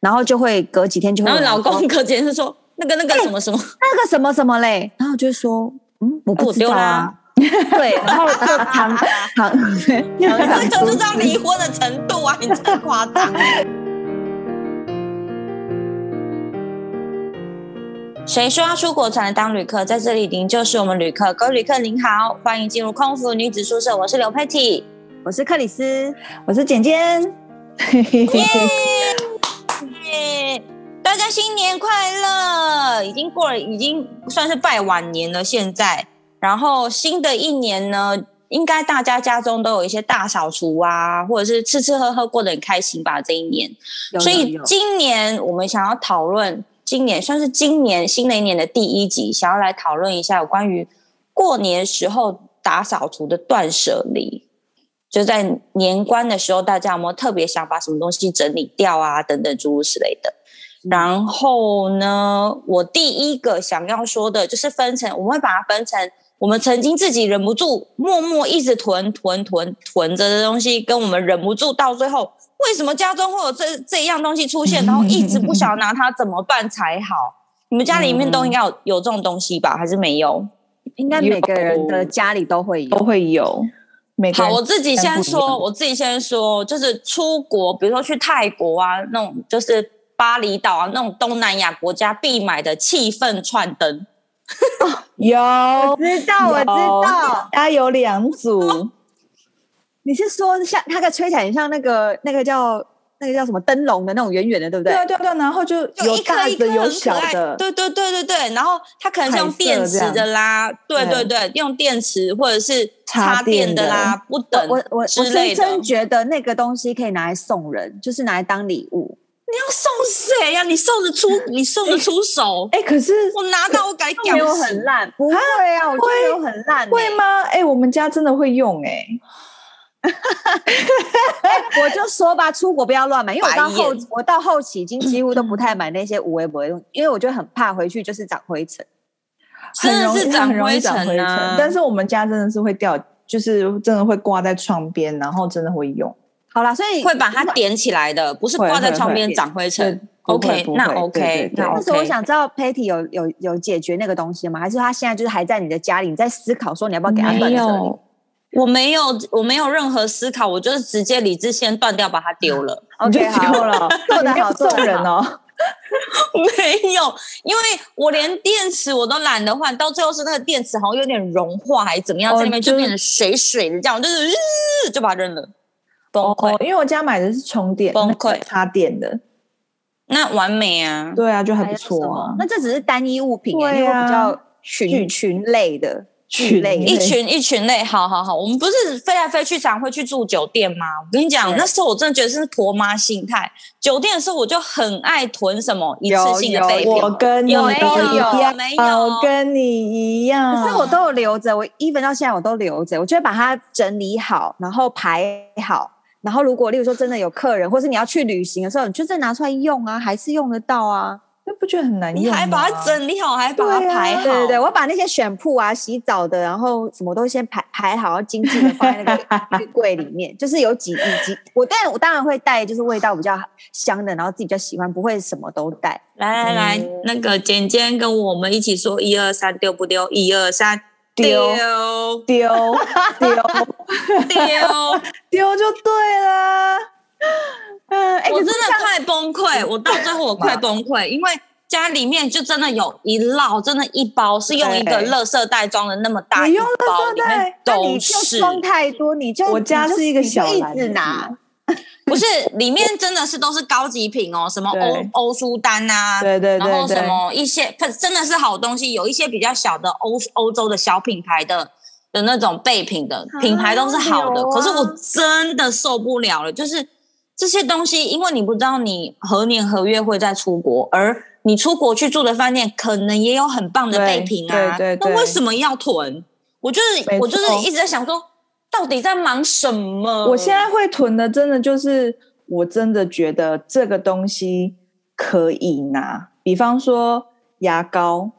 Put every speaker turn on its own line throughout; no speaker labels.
然后就会隔几天就会有
然后
人
老
说
公隔几天就说那个那个什么什么，
那个什么什么嘞，然后我就说嗯我不
我
知
丢
道啊，对，然后就躺躺
这
躺
个
躺
就是
出
到离婚的程度啊！你真夸张。
谁说要出国才能当旅客？在这里，您就是我们旅客。各位旅客您好，欢迎进入空服女子宿舍，我是刘佩蒂。
我是克里斯，我是简简，
耶大家新年快乐！已经过了，已经算是拜晚年了。现在，然后新的一年呢，应该大家家中都有一些大扫除啊，或者是吃吃喝喝过得很开心吧。这一年，
有
所以
有有
今年我们想要讨论，今年算是今年新的一年的第一集，想要来讨论一下有关于过年时候打扫除的断舍离。就在年关的时候，大家有没有特别想把什么东西整理掉啊？等等诸如此类的。然后呢，我第一个想要说的就是分成，我们会把它分成我们曾经自己忍不住默默一直囤囤囤囤着的东西，跟我们忍不住到最后，为什么家中会有这这样东西出 现，然后一直不晓得拿它怎么办才好？你们家里面都应该有有这种东西吧？还是没有？
应该每个人的家里都会有
都。会有。每个
好，
人
我自己先
不一
说，
样
我自己先说，就是出国，比如说去泰国啊，那种就是巴厘岛啊，那种东南亚国家必买的气氛串灯。
有，
知道
有，它有两组，
你是说像它个吹起来很像那个那个叫那个叫什么灯笼的那种圆圆的，对不对
对？啊对啊对啊，然后就
就
有
一颗
大
一颗
的有
很可
小
爱
的，
对对对对对。然后它可能是用
彩色
电池
这样
的啦，对对对，用电池或者是
插
插电
电的
啦，不
我
等
我我我
之
深
类的。
深觉得那个东西可以拿来送人，就是拿来当礼物。
你要送谁呀、你送得 出？你送得出手？
哎，可是
我拿到我改
没有很烂，不会啊，我觉得没有很烂欸、
会吗？哎，我们家真的会用哎，
哎我就说吧，出国不要乱买，因为我到后
白眼
我到后期已经几乎都不太买那些无微不微用，因为我就很怕回去就是长灰尘。
真
很
的
容易
是
它
长
很容易
灰
长
尘
灰尘
啊！
但是我们家真的是会掉，就是真的会挂在窗边，然后真的会用。
好啦，所以
会把它点起来的，不是
会
挂在
会
窗边
会
长灰
对
尘。
不会
OK，
不会
那
对
OK，
对对
那
那时候
OK
我想知道 Patty 有有有解决那个东西吗？还是他现在就是还在你的家里，你在思考说你要不要给他断
没
舍离？
有，我没有，我没有任何思考，我就是直接理智线断掉，把它丢了。
你就
OK，好
丢了，
做得
你没有
好做得
送人哦。
没有，因为我连电池我都懒得换，到最后是那个电池好像有点融化，还是怎么样，
哦
在里面
就
就是变成水水的，这样就是日就把它扔了，崩
哦
溃。，
因为我家买的是充电、
崩溃
那个插电的，
那完美啊！
对啊，就还
还
不
有
错
什
啊
么。那这只是单一物品、欸，
对啊
因为我比较群
群
群类的
群
类
类
一
的。
群一群类，好好好，我们不是飞来飞去，常会去住酒店吗？我跟你讲，
对
那时候我真的觉得是婆妈心态。酒店的时候，我就很爱囤什么一次
有
性的
有
备品，
我跟你
有
都
没
一
有
样，
没有
我跟你一样。
可是我都有留着，我 even 到现在我都留着，我就会把它整理好，然后排好。然后，如果例如说真的有客人，或是你要去旅行的时候，你就再拿出来用啊，还是用得到啊。
那不觉得很难用
你
吗？
还把它整理好，还把它
对啊
排好，
对对对，我把那些选铺啊、洗澡的，然后什么都先排排好，然后精致的放在那 个浴柜里面。就是有几以及我，但我当然会带，就是味道比较香的，然后自己比较喜欢，不会什么都带。
来来来，那个简简跟我们一起说，一二三丢不丢？一二三
丢
丢
丢丢
丢！
丢就对啦。嗯， 哎，
我
可
真
是
的快崩溃，我到最后我快崩溃，因为家里面就真的有一摞，真的一包是用一个
对
垃圾袋装的那么大
你
一
用垃
包，
圾
里面
袋
那你
都。
就是装太多，你就
我家
你就是
一个
你就
小
一
篮
直
子
拿，
不是，里面真的是都是高级品哦，什么欧
对
欧舒丹啊，
对对
然
对
后什
对，
么一些真的是好东西，有一些比较小的欧欧洲的小品牌的的那种备品的
啊
品牌都是好的，
有啊
可是我真的受不了了，就是这些东西，因为你不知道你何年何月会再出国，而你出国去住的饭店可能也有很棒的
对
备品啊，
对对对
那为什么要囤？我就是
没
我就是
错
一直在想说，到底在忙什么？
我现在会囤的，真的就是我真的觉得这个东西可以拿，比方说牙膏，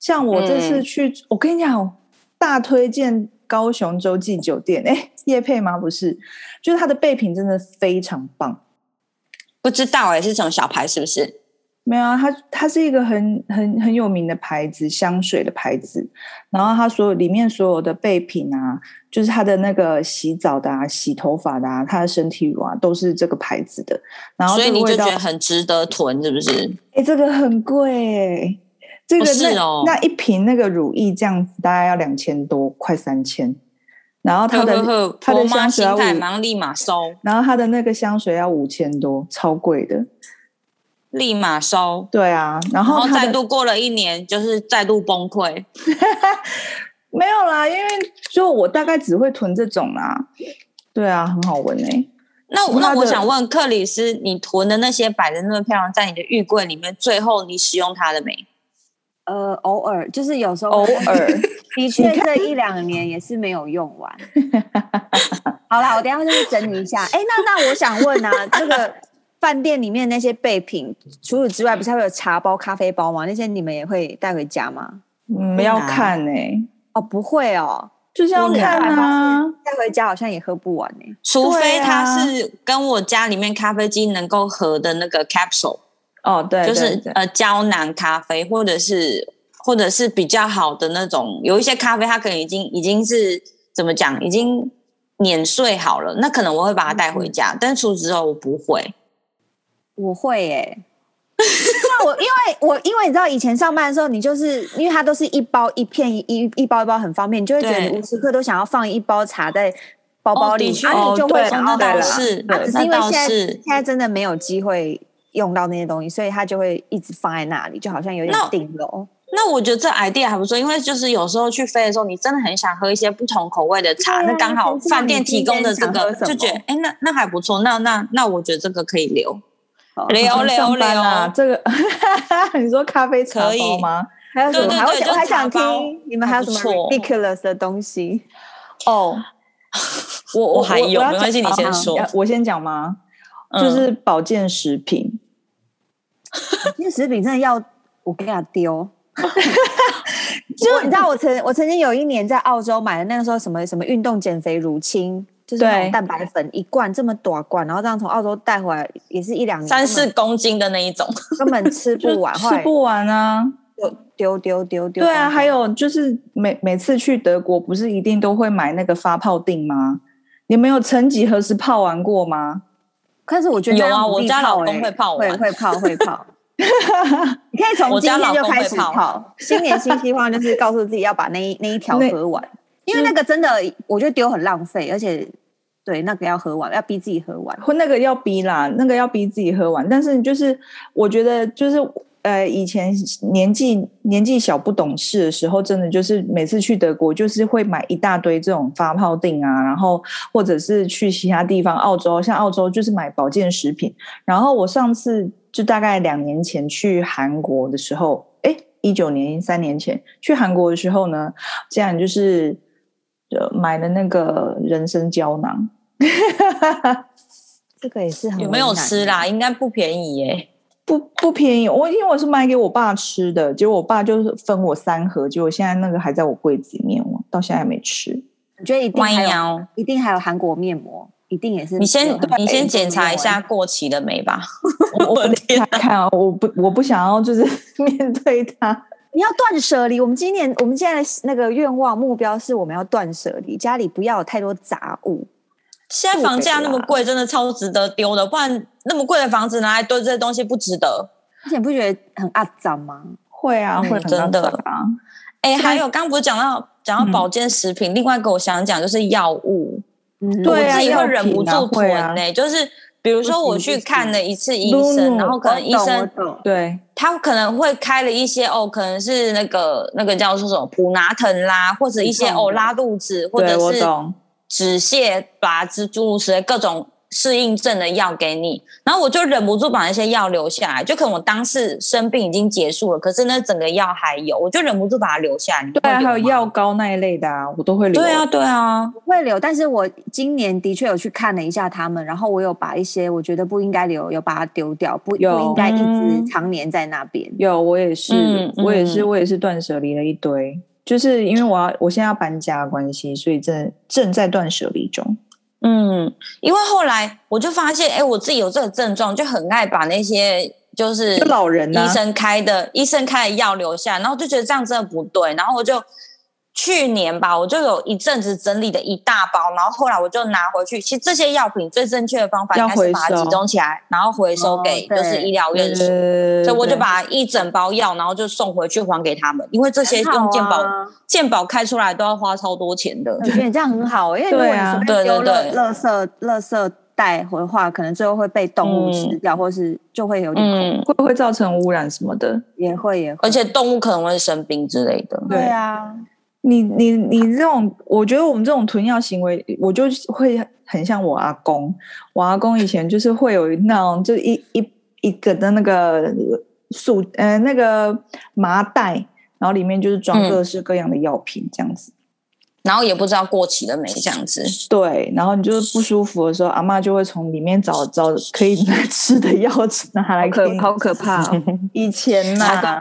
像我这次
嗯
去，我跟你讲，哦大推荐高雄洲际酒店，哎，叶配吗？不是，就是它的备品真的非常棒。
不知道哎、是什么小牌是不是？
没有啊，它它是一个很很很有名的牌子，香水的牌子。然后它所有里面所有的备品啊，就是它的那个洗澡的啊、洗头发的啊、它的身体乳啊，都是这个牌子的。然后
所以
这个
你就
味道
觉，得很值得囤，是不是？
哎，这个很贵诶，这个
哦是
那、
哦
那一瓶那个乳液这样子大概要两千多，快三千。然后它
呵
的
呵呵，
它
婆
的
妈
香水
心
要五，
态忙立马收，
然后它的那个香水要五千多，超贵的。
立马收，
对啊，然
然
后
后
它
再
的
度过了一年，就是再度崩溃。
没有啦，因为就我大概只会囤这种啦。对啊，很好闻诶、
那我
它
那
的
我想问克里斯，你囤的那些摆的那么漂亮，在你的浴柜里面，最后你使用它了没？
呃，偶尔就是有时候
偶尔
的确这一两年也是没有用完。好啦，我等一下就去整理一下。哎、那那我想问啊，这个饭店里面那些备品，除此之外，不是还会有茶包、咖啡包吗？那些你们也会带回家吗？
嗯，要看诶、
哦，不会哦，
就是要看啊。
带回家好像也喝不完呢、
除非
对啊
它是跟我家里面咖啡机能够合的那个 capsule，
哦，对，
就
对
是
对
呃胶囊咖啡，或者是或者是比较好的那种，有一些咖啡它可能已经已经是怎么讲，已经碾碎好了，那可能我会把它带
嗯
回家，但除此之后我不会。
我会耶、那我因为我因为你知道以前上班的时候，你就是因为它都是一包一片一一一包一包很方便，你就会觉得
对
你无时刻都想要放一包茶在包包
哦
里，
的确
啊，
哦
你就会
对
想
那
要带
倒
啦。
是，
啊，只是
那
因为
倒
现在
是
现。在真的没有机会用到那些东西，所以它就会一直放在那里，就好像有点
那
顶楼。
那我觉得这 idea 还不错，因为就是有时候去飞的时候，你真的很想喝一些不同口味的茶，
对啊
那刚好
谁知道
饭店
你今
提供
天
的这
想
个
喝什么
就觉得，哎，那那还不错，那那那我觉得这个可以留，
哦
留
以前
留
上班啊，
留。
这个 你说咖啡茶
可以
包吗？
还有什
对
么？
对
还我
对
想
就
我还想
茶包
听你们还有什么
还不错
ridiculous 的东西？
哦，我
我还有
要
没关系
讲
你先
啊
说
要我先讲吗？
嗯
就是保健食品，
那食品真的要我跟他 丢。就你知道，我曾我曾经有一年在澳洲买的那个时候什么什么运动减肥乳清，就是那
对
种蛋白粉一罐这么短罐，然后这样从澳洲带回来也是一两年，
三四公斤的那一种，
根本根本吃
就
不完，后
吃
来
不完啊。
就丢丢丢丢。
对啊，还有就是每每次去德国，不是一定都会买那个发泡锭吗？你们有曾几何时泡完过吗？
可是我觉得
有啊
那样不
我
必
家老
欸
公会泡
会
完
会泡会 泡。你可以从
我
今
家
天
老
就
公
开
会
始
泡
泡。新年新希望就是告诉自己要把那一那一 条
那
喝完，因为那个真的我觉得丢很浪费，而且对那个要喝完，要逼自己喝完。
或那个要逼啦，那个要逼自己喝完。但是就是我觉得就是呃，以前年纪年纪小不懂事的时候，真的就是每次去德国，就是会买一大堆这种发泡锭啊，然后或者是去其他地方，澳洲像澳洲就是买保健食品。然后我上次就大概两年前去韩国的时候，哎，一九年三年前去韩国的时候呢，竟然就是呃买了那个人参胶囊。
这个也是很
有没有啊
为难
吃啦？？应该不便宜耶、
不不便宜，我因为我是买给我爸吃的，结果我爸就是分我三盒，结果现在那个还在我柜子里面，我到现在还没吃。
我觉得一定
弯
还有，
腰，
一定还有韩国面膜，一定也是
哦你先
有韩国
你先检查
面
一
膜
下
啊。
过期了没吧？
我我
我的天
看看啊，我不我不想要就是 面对它。
你要断舍离。我们今年我们现在的那个愿望目标是我们要断舍离，家里不要有太多杂物。
现在房价那么贵，真的超值得丢的，不然那么贵的房子拿来堆这些东西不值得。
而且你不觉得很肮脏吗？
会啊，
嗯
会很
真的
肮脏啊。
哎，
在
还有刚不是讲到讲到
嗯
保健食品，另外一个我想讲就是药物，
嗯
对啊
我自己
药
会
品
忍不
啊
住囤
会啊
呢、就是比如说
不行
我去
不行
看了一次医
露
生，
露
然后可能医生
我懂，
对，
他可能会开了一些哦，可能是那个那个叫做什么普拿疼啦，或者一些
止痛
哦
的
拉肚子，或
对
者
我
是
懂。
止泻、拔蜘蛛丝各种适应症的药给你，然后我就忍不住把那些药留下来，就可能我当时生病已经结束了，可是那整个药还有，我就忍不住把它留下来。你不
对啊，
会留
还有
吗
药膏那一类的啊，我都会留。
对啊，，对啊，
不会留，但是我今年的确有去看了一下他们，然后我有把一些我觉得不应该留，有把它丢掉，不不
有
应该一
嗯
直常年在那边。
有我也是，
嗯
我也是，
嗯
我也是断舍离了一堆，就是因为我要我现在要搬家的关系，所以正正在断舍离中。
嗯，因为后来我就发现，哎，我自己有这个症状，就很爱把那些就是
就老人啊呢、
医生开的、医生开的药留下，然后就觉得这样真的不对，然后我就去年吧，我就有一阵子整理的一大包，然后后来我就拿回去。其实这些药品最正确的方法应该是把
要
它
回收
集中起来，然后回收给
哦对
就是医疗院
对
所。
对
所以我就
对
把一整包药，然后就送回去还给他们，因为这些
很好
用健保、
啊
健保开出来都要花超多钱的
我。觉得你这样很好，因为如果
对啊
你随便丢
对
垃
对对
垃圾垃圾袋的话，可能最后会被动物吃掉，或是就会有点恐
嗯，
会不会造成污染什么的？
也会也会。
而且动物可能会生病之类的。
对啊，
你你你这种，我觉得我们这种囤药行为，我就会很像我阿公。我阿公以前就是会有那种，就一一一个的那个塑呃那个麻袋，然后里面就是装
嗯
各式各样的药品这样子。
然后也不知道过期了没这样子。
对，然后你就是不舒服的时候，阿妈就会从里面找找可以拿吃的药拿来给你。
可
哦
怕、哦
以前呐、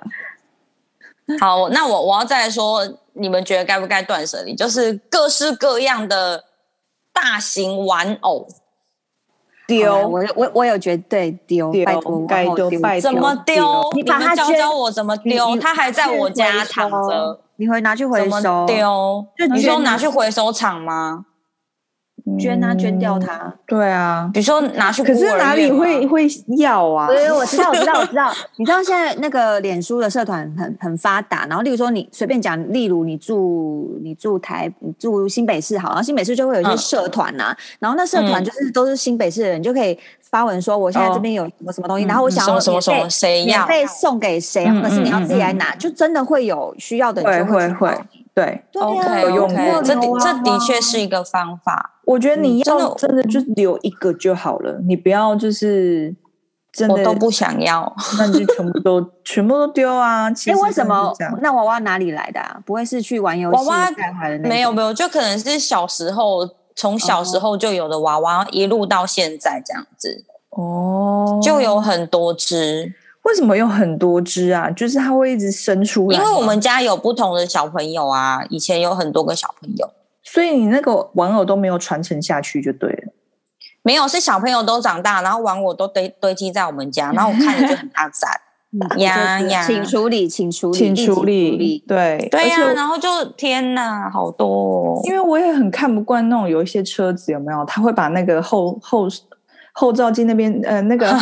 好 好，那我我要再说，你们觉得该不该断舍离？就是各式各样的大型玩偶，
丢！
丢
我我我有觉得对丢，
丢
拜托，
该
往后
丢拜
怎么丢？
哎你把它
们教
捐
教我怎么
你
丢？
你
它还在我家
拿去回收
躺着，
你会拿去回
怎么
收，
丢？
就
你
捐
说拿
啊
去回收厂吗？
捐啊，捐掉
嗯。
它。
对啊，
比如说拿去孤
可
儿
是
院吗，
哪里会会要啊？
对，我知道，我知道，我知 道。你知道现在那个脸书的社团很很发达，然后例如说你随便讲，例如你住你住台你住新北市好，然后新北市就会有一些
嗯
社团呐、然后那社团
嗯哦
就是都是新北市的人，你就可以发文说我现在这边有什么什么东西，
嗯
然后我想
什
要
么什么什
免
么
费
谁
免
要？
费送给谁，
嗯
可是你要自己来
嗯嗯嗯
拿，就真的会有需要的
会
人就
会
去
会
拿，
对，
对啊
OK
有用过
OK，这的这的确。
有用啊
是一个方法，
我觉得你
嗯真
要
的
真的就留一个就好了，你不要就是真
我
的
都不想要。
那你就全部都全部都丢啊！哎
哎，为什么
这样？
那娃娃哪里来的啊？不会是去玩游戏
娃娃
带回来的哦那种？
没有没有，就可能是小时候从小时候就有的娃娃，一路到现在这样子，
哦，
就有很多只。
为什么有很多只啊？就是它会一直生出来
因
吗，
为我们家有不同的小朋友啊，以前有很多个小朋友，
所以你那个玩偶都没有传承下去就对了。
没有是小朋友都长大，然后玩我都堆堆积在我们家，然后我看着就很阿 杂。
嗯
呀
就是
呀
请处理，请处理，
请
立即
处理，对
对啊
而
呀、
且
然后就天哪，好多、哦。
因为我也很看不惯那种有一些车子有没有，他会把那个后后后照镜那边呃 那个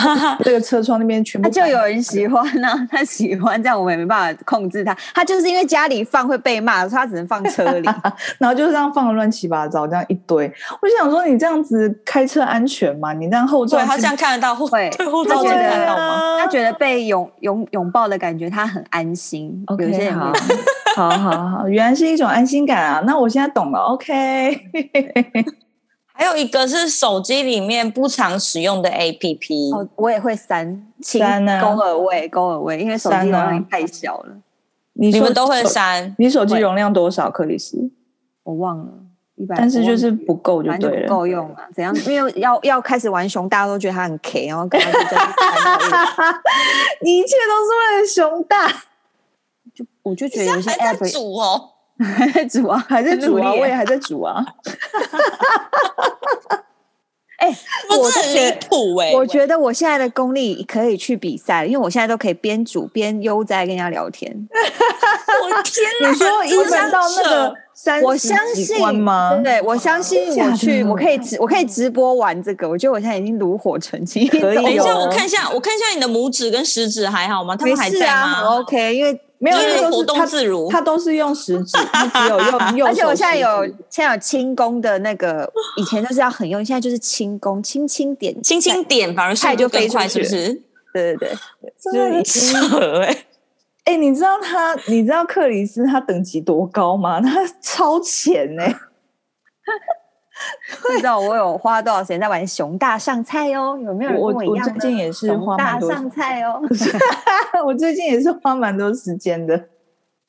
这个车窗那边全
他
部
就有人喜欢呢、他喜欢这样，我们也没办法控制他。他就是因为家里放会被骂，所以他只能放车里。
然后就是这样放的乱七八糟，这样一堆。我就想说，你这样子开车安全吗？你这样后照
对
镜
他这样看得到后，
对
对后
他
照镜
觉得
看得到
啊
吗？
他觉得被拥拥拥抱的感觉，他很安心。
OK，
有些人
好， 好好好，原来是一种安心感啊！那我现在懂了，OK。
还有一个是手机里面不常使用的 APP，、
哦，我也会删，请
删啊
勾而位，勾而位，因为手机容量太小了，
你
你
说
们都会
手？
删。
你手机容量多少，克里斯？
我忘了一百，
但是就是
我忘记
不够就
反正
对
就不
了。
够用啊。怎样？因为要要开始玩熊，大家都觉得他很 K，然后赶快就这样删掉一个。
一切都是为了熊大，
我就觉
你
得有一
现
些
在还在
app
煮哦，
还在 煮啊，
还在
很
煮
努
啊，
力耶
我也还在煮啊。
哎、我
我
就
真的
觉
离
得，
谱哎！
我觉得我现在的功力可以去比赛，因为我现在都可以边煮边悠哉跟人家聊天。
我天哪！
你说一
真的
般到
扯
那个三
我
十
相
几
信
关吗？
对，我相信
假
我
的
去，我可以直，我可以直播玩这个。我觉得我现在已经炉火纯青，
可以
走
等一
有
下，
哦
我看一下，我看一下你的拇指跟食指还好吗？他
没
们还
事
在
啊，很
吗？
OK。因为
没有，
因为
那都
活
是
动
他
自如，
他都是用食指，他只有用右手。
而且我现在有，现在有轻功的那个，以前就是要很用，现在就是轻功，轻轻点，
轻轻点反而速
菜就
度
飞
更
出
快，是不
去
是？
对，对对对。
就是已经
扯哎！
哎、你知道他，你知道克里斯他等级多高吗？ 他超前呢、
不知道我有花多少时间在玩熊大上菜哦？有没有人
我
跟一
我
样
最
呢？
近也是
熊
花
大
蛮多，
上菜哦。
我最近也是花蛮多时间的。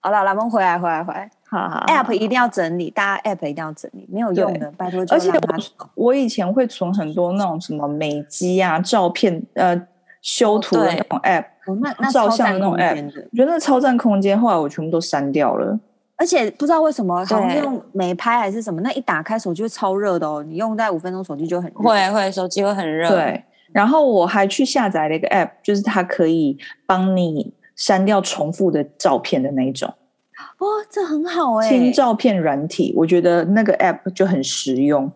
好了，好了，我们回来，回来，回来。
哈哈
App 一定要整理，大家 App 一定要整理，没有用的，拜托就
而且
让它
我我以前会存很多那种什么美肌啊、照片呃修
哦
图的
对
那种 app，、
哦那那
照
超
相
占
的那种
空间的。
我觉得那超占空间，后来我全部都删掉了。
而且不知道为什么，好像是
对
用美拍还是什么，那一打开手机会超热的哦。你用在五分钟，手机就很热。
会会手机会很热，，
对，然后我还去下载了一个 app，就是它可以帮你删掉重复的照片的那一种
哦，这很好哎、
清照片软体，我觉得那个 app 就很实用。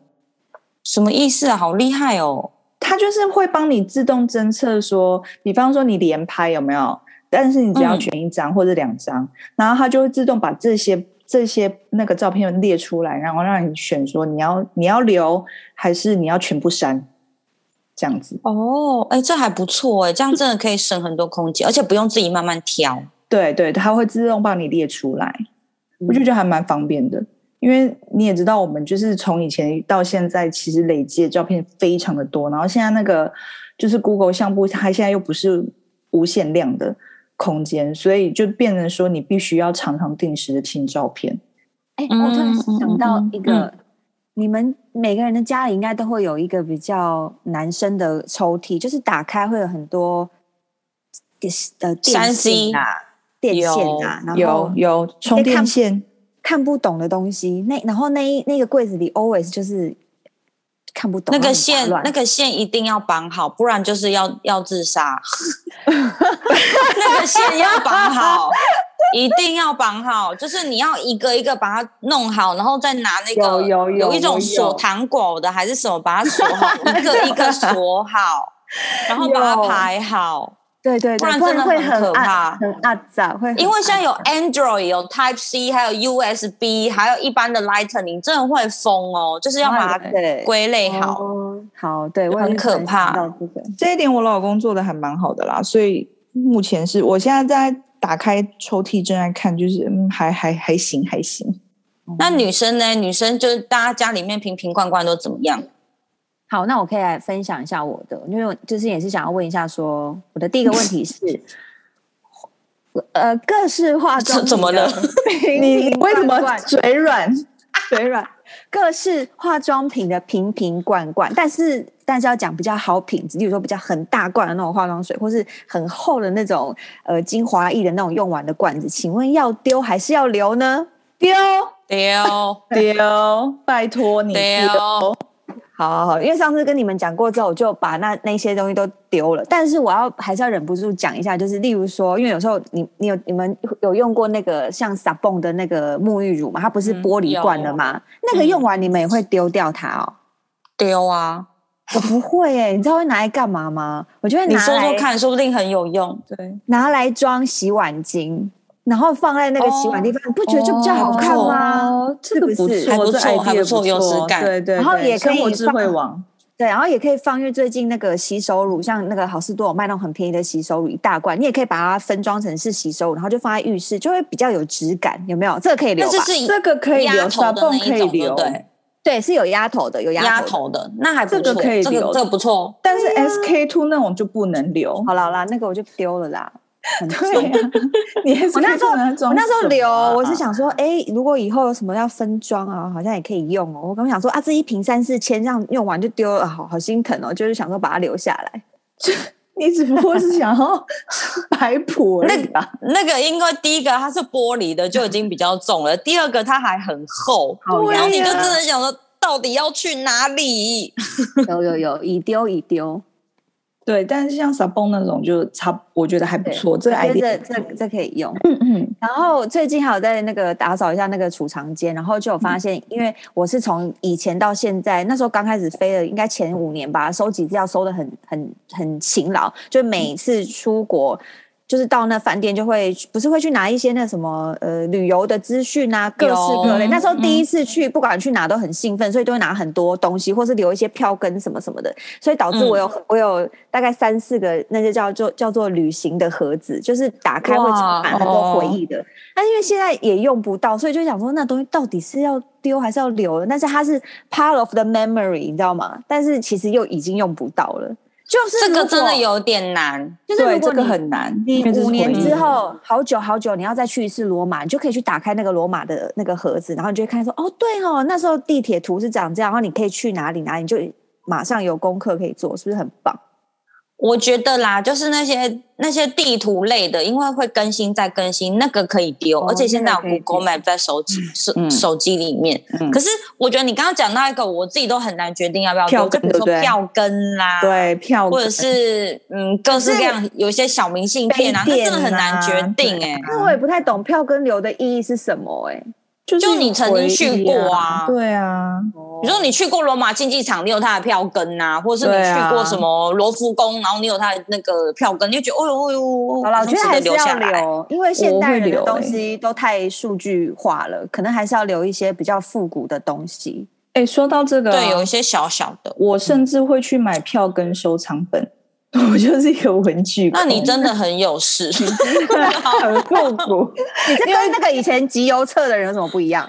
什么意思啊？好厉害哦！
它就是会帮你自动侦测说，比方说你连拍有没有，但是你只要
嗯
选一张或者两张，然后它就会自动把这些这些那个照片列出来，然后让你选说你要你要留还是你要全部删，这样子。
哦，哎，这还不错哎，这样真的可以省很多空间，而且不用自己慢慢挑。
对对，它会自动帮你列出来，我就
嗯
觉得还蛮方便的。因为你也知道，我们就是从以前到现在，其实累积的照片非常的多。然后现在那个就是 Google 相簿，它现在又不是无限量的空间，所以就变成说你必须要常常定时的清照片。
哎、我突然
嗯嗯
想到
嗯
一个，你们每个人的家里应该都会有一个比较男生的抽屉，就是打开会有很多电呃电
3C
线啊、电线啊，然
有
后
有充
哎看
电线，
看不懂的东西。那然后那一那个柜子里 always 就是看不懂
那
然后
个
很
线，
杂乱
那个线一定要绑好，不然就是要要自杀。 那个线要绑好，一定要绑好，就是你要一个一个把它弄好，然后再拿那个
有有有
一
我有
种锁糖果的还是什么，把它锁好，一个一个锁好，然后把它
有
排好。
对对对，
不然真的
会
很
很
可
暗
怕
很暗杂，会很
因为现在有
暗
Android、有 Type C、还有 USB、还有一般的 Lightning，真的会疯哦，就是要把它
杂对
归类好。
哦好，对我也
很
是
可
突然想
怕
到这个
这一点我老公做的还蛮好的啦。所以目前是我现在在打开抽屉正在看，就是嗯，还还还行还行。
那女生呢？女生就是大家家里面瓶瓶罐罐都怎么样？
好，那我可以来分享一下我的，因为我就是也是想要问一下说，我的第一个问题是，呃，各式化妆
这怎么了
品的 瓶
你
瓶
为什么
罐罐
嘴 软？
嘴软？各式化妆品的瓶瓶罐罐，但是但是要讲比较好品质，例如说比较很大罐的那种化妆水，或是很厚的那种呃精华液的那种用完的罐子，请问要丢还是要留呢？丢。
丢
哦 丢，拜托你
丢，
好好好，因为上次跟你们讲过之后，我就把那那些东西都丢了。但是我要还是要忍不住讲一下，就是例如说，因为有时候你你有你们有用过那个像 Sabon 的那个沐浴乳嘛，它不是
嗯
玻璃罐的嘛，那个用完你们也会丢掉它哦。
丢啊！
我不会耶、你知道会拿来干嘛吗？我就会
你
拿
说
来
说看，说不定很有用。
对，
拿来装洗碗巾，然后放在那个洗碗地方，
哦
你不觉得就比较好看吗？
哦这个
是
不
不是
错，
还不
这
错
idea
还不错有质感
对对，
然后
对
也可以
生活智慧
放
网，
对，然后也可以放，因为最近那个洗手乳，像那个好事多有卖那种很便宜的洗手乳，一大罐，你也可以把它分装成是洗手乳，然后就放在浴室，就会比较有质感，有没有？这个可以留
但
吧？
是是
这个可以
压
留，
头的那
Sabon 可
一种，
以
对不
留，
对？
对，是有压头的，有压
压
头的。
头的那还不错，
这个可以
这个
留
这个不错。
但是 SK two 那种就不能留。
好啦好啦，那个我就丢了啦。很
对呀， 你 SK2
我那时候
能装
我那时候留，
什么啊
我是想说，哎、如果以后有什么要分装啊，好像也可以用哦。我刚想说啊，这一瓶三四千，这样用完就丢了，好好心疼哦。就是想说把它留下来。
你只不过是想要 摆谱而已吧？
那个因为第一个它是玻璃的，就已经比较重了；第二个它还很厚，
好
然后你就
呀
啊
真的想说，到底要去哪里？
有有有，已丢已 丢。
对，但是像 Sabon 那种就差，我觉得还不
对
错。这个
我觉得
idea，
这这这可以用。
嗯嗯，
然后最近还有在那个打扫一下那个储藏间，然后就有发现，因为我是从以前到现在，那时候刚开始飞的，应该前五年吧，收集资料收的很很很勤劳，就每次出国。就是到那饭店就会不是会去拿一些那什么呃旅游的资讯啊，各式各类。
有
那时候第一次去，不管去哪都很兴奋，所以都会拿很多东西，或是留一些票根什么什么的。所以导致我有、我有大概三四个那些叫做叫做旅行的盒子，就是打开会充满很多
哦
回忆的。那、因为现在也用不到，所以就想说那东西到底是要丢还是要留的？但是它是 part of the memory，你知道吗？但是其实又已经用不到了。就是
这
如
个
果
真的，有点难。
就是
对，
如
这
果你、
个很难。
你
因为这是
五年
回忆
之后，好久好久，你要再去一次罗马，你就可以去打开那个罗马的那个盒子，然后你就会看说，哦，对哦，那时候地铁图是长这样，然后你可以去哪里哪里，你就马上有功课可以做，是不是很棒？
我觉得啦，就是那些那些地图类的，因为会更新再更新，那个可以丢，
哦
而且现在有
那个可以
Google Map 在手机手、
嗯
手机里面。
嗯
可是我觉得你刚刚讲到一个，我自己都很难决定要不要丢，
票
就
根
比如说
对不对
票根啦，，
对票
或者是嗯各式各样有一些小明信片啊，
杯
那
垫
真的很难决定
啊
哎、
那我也不太懂票跟流的意义是什么哎、
就是
就你曾经去过啊
回忆对啊，
比如说你去过罗马竞技场，你有它的票根呐、或者是你
对啊
去过什么罗浮宫，然后你有它的那个票根，你就觉得哦呦哦呦哦呦，
好了，我觉得
好像
还
值
是
留
要
下来。
留，欸因为现代人的
我会留
东西都太数据化了，可能还是要留一些比较复古的东西。
哎，说到这个啊，
对，有一些小小的。
我甚至会去买票跟收藏本， 我就是一个文具 控。
那你真的很有事，
很复 古，
你这跟那个以前集邮册的人有什么不一样？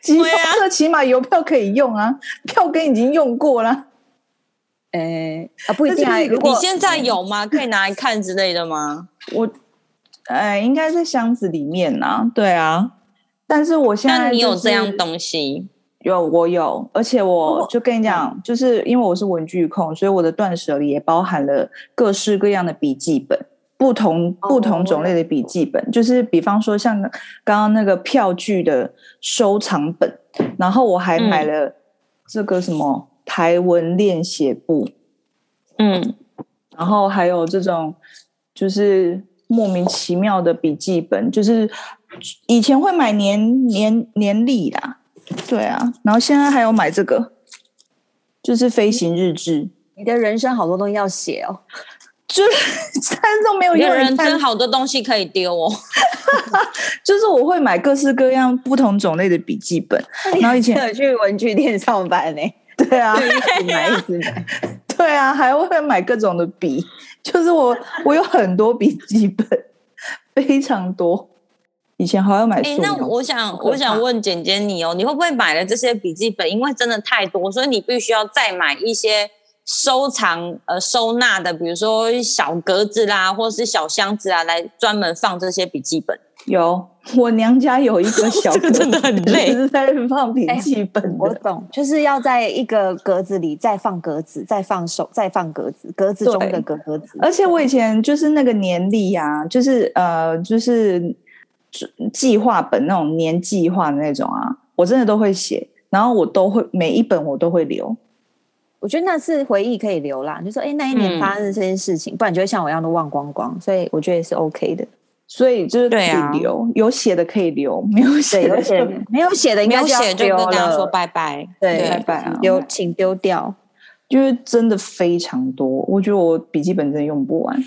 集邮
对啊
册起码邮票可以用啊，票根已经用过了。
哎、啊，不一定啊。
但是
如
你
果
现在有吗？可以拿来看之类的吗？
我，呃，应该在箱子里面啊，对啊。但啊是我现在、
那你有这样
懂？
东西？
有，我有，而且我就跟你讲，就是因为我是文具控，所以我的断舍离也包含了各式各样的笔记本，不同不同种类的笔记本，就是比方说像刚刚那个票据的收藏本，然后我还买了这个什么台文练写簿，
嗯，
然后还有这种就是莫名其妙的笔记本，就是以前会买年年年历啦，对啊，然后现在还有买这个，就是飞行日志，
你的人生好多东西要写哦，
就是 但是都没有
你
用
的人
但
真好多东西可以丢哦。
就是我会买各式各样不同种类的笔记本，然后以前
有 去文具店上班呢、
对啊，
一直买一直 买。
对啊，还会买各种的笔，就是我我有很多笔记本，非常多。以前还要买
哎、
素
那
描
我想，
可
我想
怕
问简简你哦，你会不会买了这些笔记本？因为真的太多，所以你必须要再买一些收藏呃收纳的，比如说小格子啦，或是小箱子啊，来专门放这些笔记本。
有，我娘家有一个 小
这
格
个真的很
子
累哎
就是在 放笔记本
我
的。
懂，就是要在一个格子里再放格子，再放手，再放格子，格子中的格格子。
而且我以前就是那个年历啊，就是呃，就是计划本那种年计划的那种啊，我真的都会写，然后我都会每一本我都会留。
我觉得那是回忆可以留啦，就说哎、诶那一
嗯
年发生这件事情，不然就会像我一样都忘光光，所以我觉得也是 OK 的。
所以就是可
对啊
以留，有写的可以留，没有
对，
写的
有写
就
没有写的应
没
该
有
就要
写就
丢
跟大家说
了，
拜拜。
对
拜拜啊！
嗯
丢请丢掉。
就是真的非常多，我觉得我笔记本真的用不完，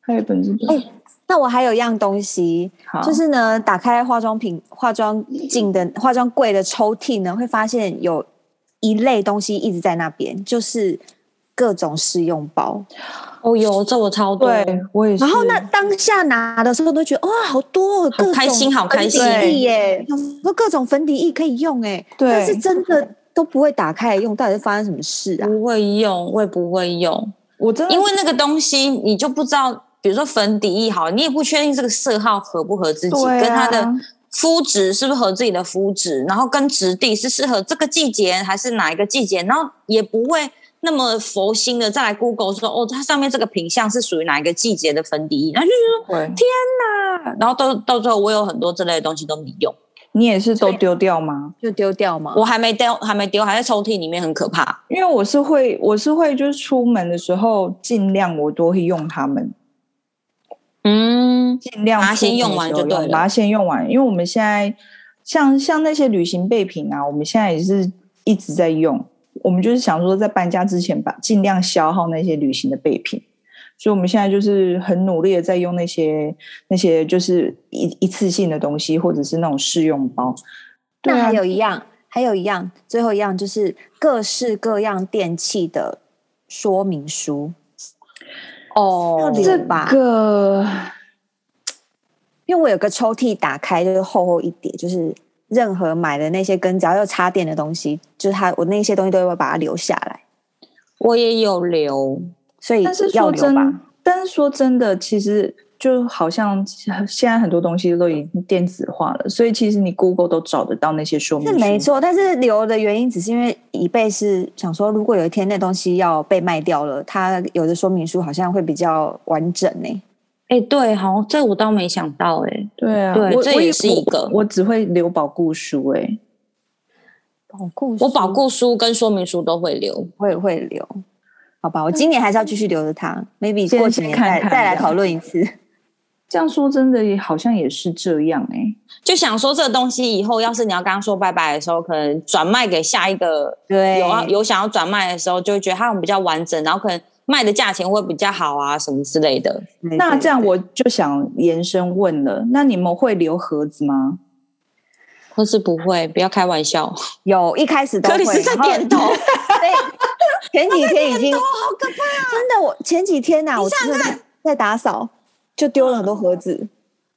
还有一本是
哎那我还有一样东西，
好，
就是呢，打开化妆品、化妆镜的化妆柜的抽屉呢，会发现有一类东西一直在那边，就是各种试用包。
哦哟，这我超多。
对我也是。
然后那当下拿的时候都觉得哇、好多哦，
好
各
开
种
心好开心
粉底液耶，说各种粉底液可以用哎，
对
但是真的都不会打开来用，到底是发生什么事啊？
不会用，我也不会用，
我真的
因为那个东西你就不知道，比如说粉底液好，你也不确定这个色号合不合自己，
对啊
跟它的肤质是不是合自己的肤质，然后跟质地是适合这个季节还是哪一个季节，然后也不会那么佛心的再来 Google 说哦，它上面这个品相是属于哪一个季节的粉底液，然后就说
会
啊，然后到到最后我有很多这类的东西都没用，
你也是都丢掉吗？
就丢掉嘛。
我还没丢，还没丢，还在抽屉里面，很可怕。
因为我是会，我是会，就是出门的时候尽量我都会用它们，
嗯，
尽量
把它
出门
先
的
用完
时候
就对了
把它先用完。因为我们现在像像那些旅行备品啊，我们现在也是一直在用。我们就是想说，在搬家之前把尽量消耗那些旅行的备品，所以我们现在就是很努力的在用那些那些就是一一次性的东西，或者是那种试用包。对
那
啊
还，有一样，还有一样，最后一样就是各式各样电器的说明书。
哦
留
这
吧
个
因为我有个抽屉打开就是厚厚一叠，就是任何买的那些跟只要有插电的东西，就是它我那些东西都会把它留下来，
我也有留，
所以
但是
要
说
留
真
吧。，
但是说真的，其实就好像现在很多东西都已经电子化了，所以其实你 Google 都找得到那些说明
是
书。
没错，但是留的原因只是因为以备是想说，如果有一天那东西要被卖掉了，它有的说明书好像会比较完整呢、
哎、对，好，这我倒没想到、哎，
对啊，
对
我
这
我
也
以
是一
我
个
我只会留保固书、欸，哎，
保固
我保固书跟说明书都会留。
会会留，好吧，我今年还是要继续留着它，maybe
先
过几年
先看
再
看
再来
这样
讨论一次。
这样说真的也好像也是这样、欸，哎，
就想说这个东西以后，要是你要跟他说拜拜的时候，可能转卖给下一个
对，
有啊有想要转卖的时候，就会觉得它比较完整，然后可能卖的价钱会比较好啊，什么之类的。
对
那
对
这样我就想延伸问了，那你们会留盒子吗？
或是不会，不要开玩笑。
有一开始都
克里
会，
斯在
然后
点头
对，前几 天已经好可怕、
啊
真的，我前几天呐、我真的在在打扫，就丢了很多盒 子。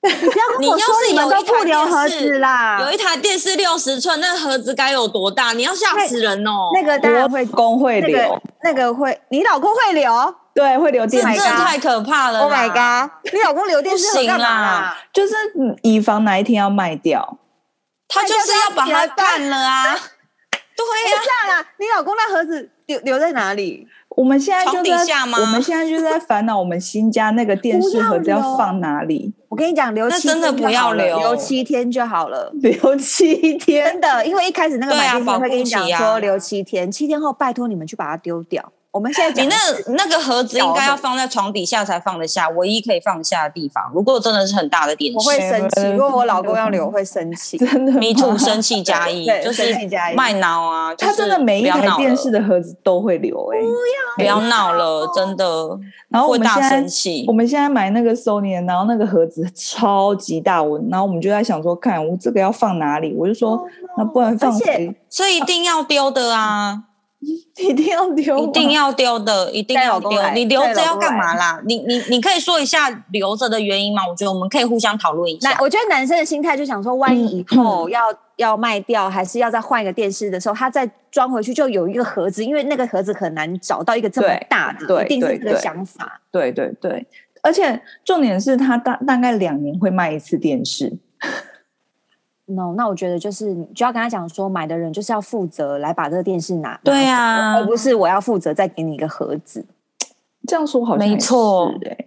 你不要跟我
你要
说
是
们
有
都
一
不
台
留
电
盒
视
子啦，
有一台电视六十寸，那盒子该有多大？你要吓死人哦！
那个当然会，
工会
那
留，
个那个会，你老公会留？Oh
对，会留
这
电
个
子
真
，Oh my
的
god
太可怕了
my
啦
god！你老公留电视盒干嘛啦？
就是以防哪一天要卖掉。
他就是要把它干了啊！对啊呀、
这样啦，啊你老公那盒子留留在哪里？
我们现在就
床底
在
下吗
我们现在就在烦恼我们新家那个电视盒子
不要
要
留
放哪里，
我跟你讲，留
那
七
真的
天就
不要
好了
留
留七天就好了。
留七天
真。的，因为一开始那个
对
买
啊
电视
保
会跟你
护
讲
期啊
说留七天，七天后拜托你们去把它丢掉。我们现在讲
你
的是
那那个盒子应该要放在床底下才放得下，唯一可以放得下的地方。如果真的是很大的电
我
视，
会生气，如果我老公要留，
嗯
我会生气。
真的 吗
Me too，生气加一
对，对
就是
生气加一
卖脑啊！
他真的每一
就是不
台
要闹了
电视的盒子都会留哎、
不要闹了，
哦
真的
然后我
会
们现
大生
在
气
我。们现在买那个 Sony 的，然后那个盒子超级大，我然后我们就在想说，看我这个要放哪里？我 就说，啊
哦
那不然放
而且
回，
所以一定要丢的 啊，
一定要丢吗，
一定要丢的，一定要丢
带老公。来
你留着要干嘛
带
啦？你你你可以说一下留着的原因吗？我觉得我们可以互相讨论一
那
下。
我觉得男生的心态就想说，万一以
嗯
后要、要卖掉，还是要再换一个电视的时候，他再装回去就有一个盒子，因为那个盒子很难找到一个这么
对
大的，
对
一定是
对
这个
对
想法。
对对对，而且重点是他大大概两年会卖一次电视，
no，那我觉得就是你就要跟他讲说，买的人就是要负责来把这个电视拿，
对啊
而，不是我要负责再给你一个盒子。
这样说好像
没
也是
错
欸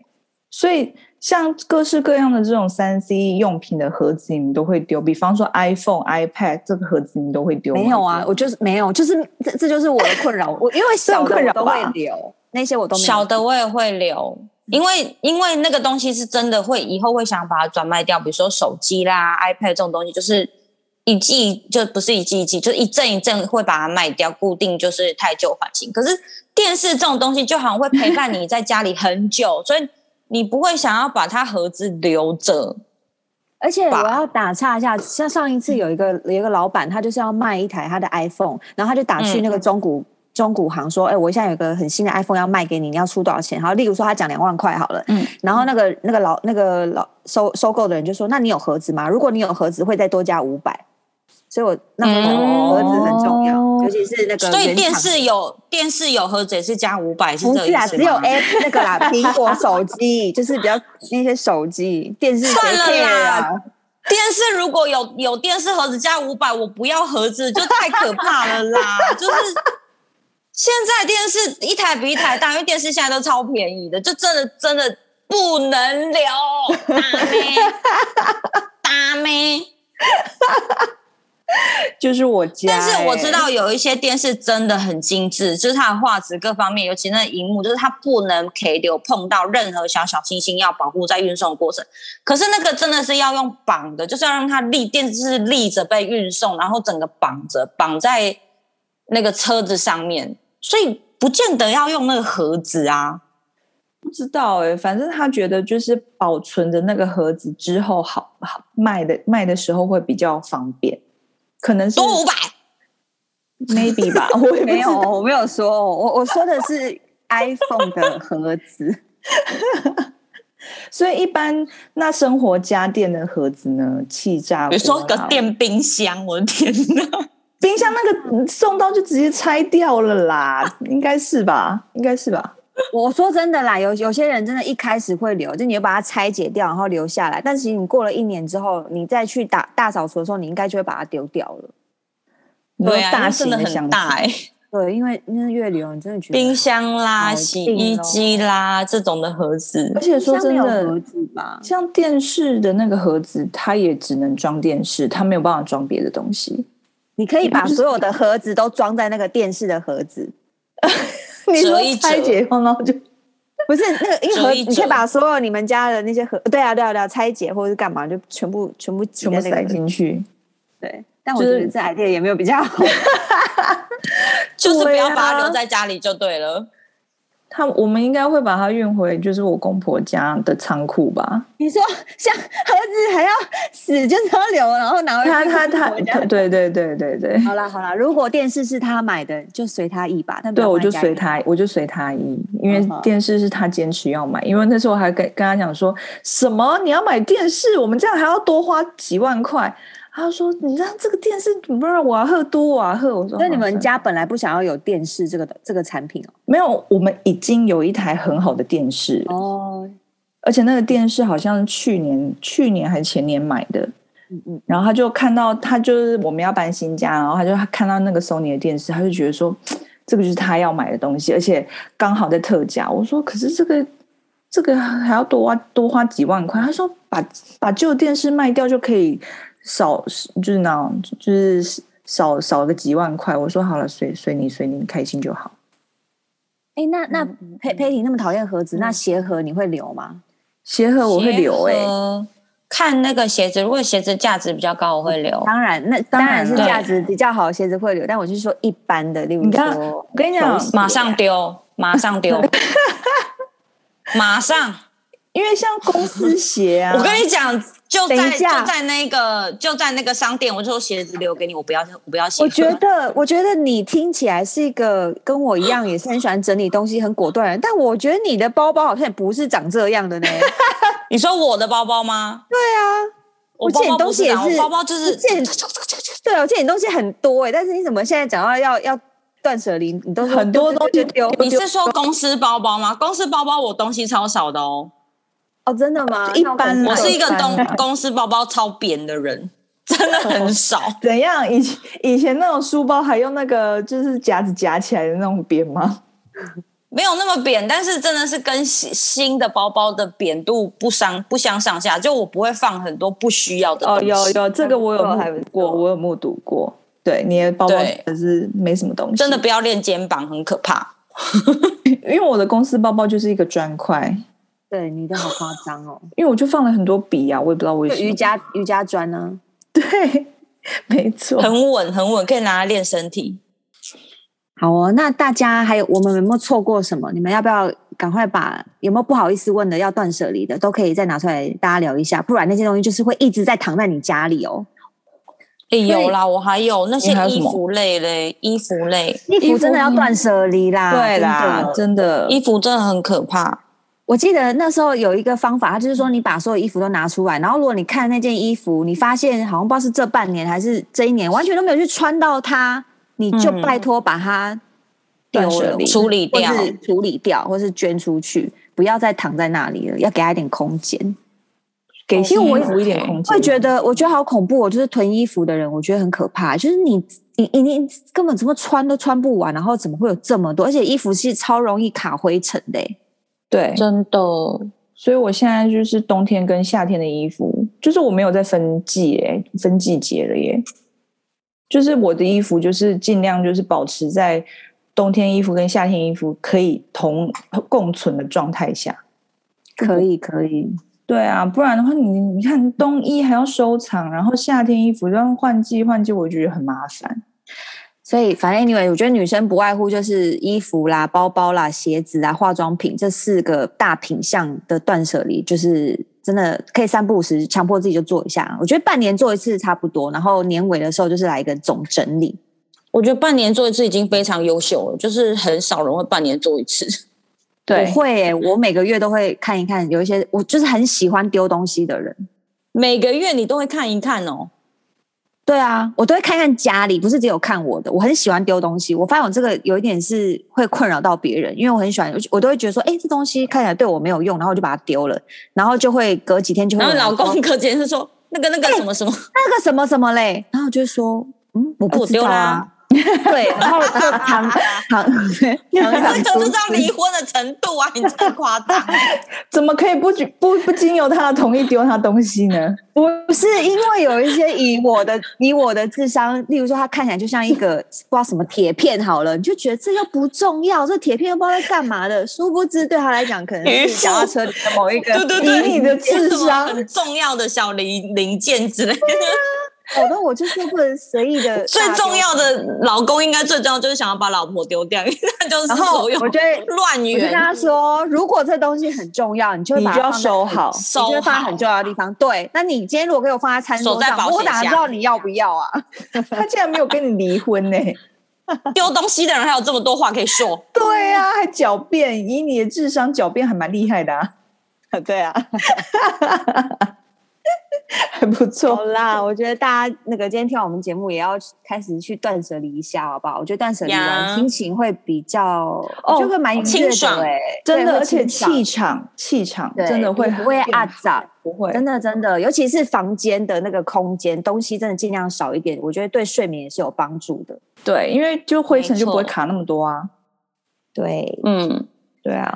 所以像各式各样的这种三 C 用品的盒子，你们都会丢，比方说 iPhone、iPad 这个盒子，你们都会丢吗
没有啊，我就是没有，就是这这就是我的困扰。我因为小的
困
我
扰
都
吧
会留，那些我都没有
小的我也会留，因为因为那个东西是真的会以后会想把它转卖掉，比如说手机啦、iPad 这种东西，就是一季就不是一季一季，就一阵一阵会把它卖掉，固定就是太旧换新。可是电视这种东西就好像会陪伴你在家里 很久，所以你不会想要把它盒子留着。
而且
吧
我要打岔一下，像上一次有一个有一个老板，他就是要卖一台他的 iPhone，然后他就打去那个中古、中古行说，哎、我现在有一个很新的 iPhone 要卖给你，你要出多少钱？然后例如说他讲两万块好了，
嗯
然后那个那个老那个老收收购的人就说，那你有盒子吗？如果你有盒子，会再多加五百。所以我那时候觉得
嗯
盒子很重要，
哦
尤其是那个
所以
原厂
电视有电视有盒子也是加五百，是
不
这个
是
意
啊，
思
只有
吗？
A 那个啦，苹果手机 就是比较那些手机电视谁
算了
care
啦
啊。
电视如果有有电视盒子加五百，我不要盒子，就太可怕了啦！就是现在电视一台比一台大，因为电视现在都超便宜的，就真的真的不能留，大妹，大妹。
就是我家、
但是我
欸
知。道有一些电视真的很精致，就是它的画质各方面，尤其那个荧幕，就是它不能 K 流碰到任何小小星星，要保护在运送的过程。可是那个真的是要用绑的，就是要让它立电视立着被运送，然后整个绑着绑在那个车子上面，所以不见得要用那个盒子啊。
不知道哎、反正他觉得就是保存着那个盒子之后好，好卖的卖的时候会比较方便，可能是
多五百，
maybe 吧，我也 不
没
知
有，
道。
我没有说，我我说的是 iPhone 的盒子。
所以一般那生活家电的盒子呢，气炸锅啊，
比如说个电冰箱，我的天哪！
冰箱那个送到就直接拆掉了啦，应该是吧？应该是吧？
我说真的啦，有有些人真的一开始会留，就你要把它拆解掉，然后留下来。但其实你过了一年之后，你再去打大扫除的时候，你应该就会把它丢掉了。
你
对
说
啊，
大
那
型
真的
箱
很
子
大哎、
对，因为那越留，你真的觉得
冰箱啦、
好
洗
近
衣
哦
机啦这种的盒子
而，且说
冰箱
真
没有
的
盒，子吧？
像电视的那个盒子，它也只能装电视，它没有办法装别的东西。
你可以把所有的盒子都装在那个电视的盒 子，
你
折
说
一
拆
折
解后，然后就
不是那个，因为
折
盒
一
子你可以
折
把所有你们家的那些盒，对啊对啊对啊，拆解或者是干嘛，就全部全部挤
全部
在那个
塞
盒子。
进去。
对，但我
就
觉
是
得这 idea 也没有比较好。
就是不
对
要
啊
把它留在家里就对了。
它我们应该会把它运回，就是我公婆家的仓库吧。
你说像盒子还要死就是要留，然后
哦
拿回去
他他他
我家，
对对对对对，
好啦好啦，如果电视是他买的，就随他意吧。但不
对
要
我
放在
就
家
随
里
他，我就随他意，因为
嗯哼
电视是他坚持要买，因为那时候我还跟跟他讲说什么你要买电视，我们这样还要多花几万块。他说：“你知道这个电视不是瓦赫多瓦赫？”我说：“
那你
好
们
算
家本来不想要有电视这个这个产品
没有？我们已经有一台很好的电视，
哦。哦，
而且那个电视好像是去年、去年还是前年买的。
嗯嗯，
然后他就看到，他就是我们要搬新家，然后他就看到那个 Sony 的电视，他就觉得说，这个就是他要买的东西，而且刚好在特价。我说，可是这个这个还要多花多花几万块。他说把，把旧电视卖掉就可以少，就是那种就是少少个几万块。我说好了，随随你随你，你开心就好。
哎，那那
嗯
佩佩婷那么讨厌盒子，那鞋盒你会留吗？
鞋盒我会留哎、
鞋
欸
盒看那个鞋子，如果鞋子价值比较高，我会留。
当然，那
当
当
然
然是
了
价值比较好的鞋子会留，但我是说一般的，例如
你看
说
我跟你
球
讲
鞋，
马上丢，马上 丢，马上！
因为像公司鞋啊，
我跟你讲，就
等
在
一下
就在那个就在那个商店，我就说鞋子留给你，我不要我不要鞋盒。
我觉得，我觉得你听起来是一个跟我一样，也是很喜欢整理东西、很果断的人。但我觉得你的包包好像也不是长这样的 呢。
你说我的包包吗？对啊，我
我
包
见
包
你
不
东西
是这
也
样，我
是
包包就是
我见对啊，我见你东西很多哎、但是你怎么现在讲到要要断舍离，你都说
很
丢
多
丢
东西
丢丢
你是说公司包包吗？公司包包我东西超少的哦，
哦，真的吗？
一
那可能
般啦
我是一个
一
东
般啊。
公司包包超扁的人，真的很少
哦怎样？以前以前那种书包还用那个就是夹子夹起来的那种边吗？
没有那么扁，但是真的是跟新新的包包的扁度不相不相上下。就我不会放很多不需要的东
哦，
西，
有 有，这个我有
还不错
目
还
睹
不
过，
错
我有目睹过。对，你的包包
对
真的是没什么东西，
真的不要练肩膀，很可怕。
因为我的公司包包就是一个砖块，
对你的好夸张哦，
因为我就放了很多笔啊，我也不知道为
就
什么。
瑜伽瑜伽砖啊呢、
对， 没错。
很稳很稳，可以拿来练身体。
好哦，那大家还有我们有没有错过什么？你们要不要赶快把有没有不好意思问的要断舍离的，都可以再拿出来大家聊一下，不然那些东西就是会一直在躺在你家里哦。
哎、
所以
有啦，我还有那些
你还有什
衣
么
服类嘞，衣服类，
衣
衣服
服真的要断舍离啦，
对
真
啦
的，
真的，
衣服真的很可怕。
我记得那时候有一个方法，他就是说你把所有衣服都拿出来，然后如果你看那件衣服，你发现好像不知道是这半年还是这一年完全都没有去穿到它，你就
嗯
拜托把它丢
断舍
了
离、
处理掉
或是处理掉，或是捐出去，不要再躺在那里了，要给它一点空间。
给
因为我
衣服一点空间。
会觉得，我觉得好恐怖、哦，就是囤衣服的人，我觉得很可怕。就是你，你，你，你根本怎么穿都穿不完，然后怎么会有这么多？而且衣服是超容易卡灰尘的、欸。
对，
真的，
所以我现在就是冬天跟夏天的衣服，就是我没有在分季诶、分季节了耶。就是我的衣服就是尽量就是保持在冬天衣服跟夏天衣服可以同共存的状态下。
可以，可以。
对啊，不然的话你你看冬衣还要收藏，然后夏天衣服让换季换季，我觉得很麻烦。
所以，反正 anyway，我觉得女生不外乎就是衣服啦、包包啦、鞋子啊、化妆品这四个大品项的断舍离，就是真的可以三不五时强迫自己就做一下。我觉得半年做一次差不多，然后年尾的时候就是来一个总整理。
我觉得半年做一次已经非常优秀了，就是很少人会半年做一次。
我
对，
会、欸，我每个月都会看一看，有一些我就是很喜欢丢东西的人，
每个月你都会看一看哦。
对啊，我都会看看家里，不是只有看我的。我很喜欢丢东西，我发现我这个有一点是会困扰到别人，因为我很喜欢，我就我都会觉得说，哎，这东西看起来对我没有用，然后我就把它丢了，然后就会隔几天就会
然
有
后
人
老
说。
公隔天就说那个那
哎
个什么什么，
那个什么什么嘞，然后我就说，嗯，我不
我
知
丢
道
啦
啊。 对，然后就躺 躺
这
躺
个
躺
就
出
是到离婚的程度啊！你真的夸 张，
怎么可以不不不经由他的同意丢他东西呢？
不是因为有一些以我的 以我的智商，例如说他看起来就像一个不知道什么铁片好了，你就觉得这又不重要，这铁片又不知道在干嘛的。殊不知对他来讲，可能
于
是
是
脚踏车里的某一个。
对对
以你
对，
的智
什么
商，
很重要的小零零件之类 的，
我那我就是不能随意的。
最重要的老公应该最重要就是想要把老婆丢掉，因为那就是
然后
所有
我觉得。
乱
我就跟
源。
他说，如果这东西很重要，你就会
你
把
就
它
要
放在
收好。
你就
收
会放在
好
很，重要的地方。对，那你今天如果给我放在餐桌
手在
上，
保
我
险
哪
箱
知道你要不要啊？
他竟然没有跟你离婚呢、
丢东西的人还有这么多话可以说，
对
嗯
呀、啊，还狡辩，以你的智商狡辩还蛮厉害的啊。 对啊，还不
好
错。
啦，我觉得大家那个今天听完我们节目，也要开始去断舍离一下，好不好？我觉得断舍离完
呀
心情会比较，哦就会蛮愉悦的
清爽
欸
真
对
的，
会
而且
清爽
气场，气场
对
真的会
你不会
很
啊杂，
不会
真的真的，尤其是房间的那个空间，东西真的尽量少一点，我觉得对睡眠也是有帮助的。
对，因为就灰尘
没
就不会
错
卡那么多啊。
对，
嗯，
对啊，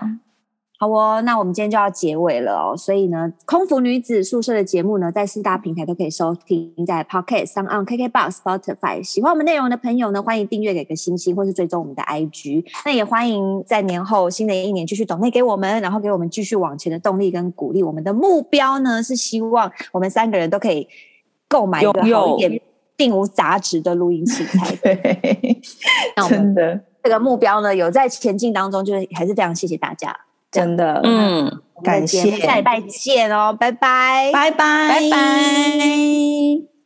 好哦，那我们今天就要结尾了哦。所以呢，空服女子宿舍的节目呢，在四大平台都可以收听，在 Pocket、s o n KKBox、Spotify。喜欢我们内容的朋友呢，欢迎订阅、给个星星，或是追踪我们的 IG。那也欢迎在年后新的一年继续抖内给我们，然后给我们继续往前的动力跟鼓励。我们的目标呢，是希望我们三个人都可以购买一个
拥有。
好一点、并无杂质的录音器材
对，
那我们
真的
这个目标呢，有在前进当中，就是还是非常谢谢大家。
真的，
嗯，
我们的
感
节目
谢
下礼拜见哦，拜拜，
拜拜，
拜拜。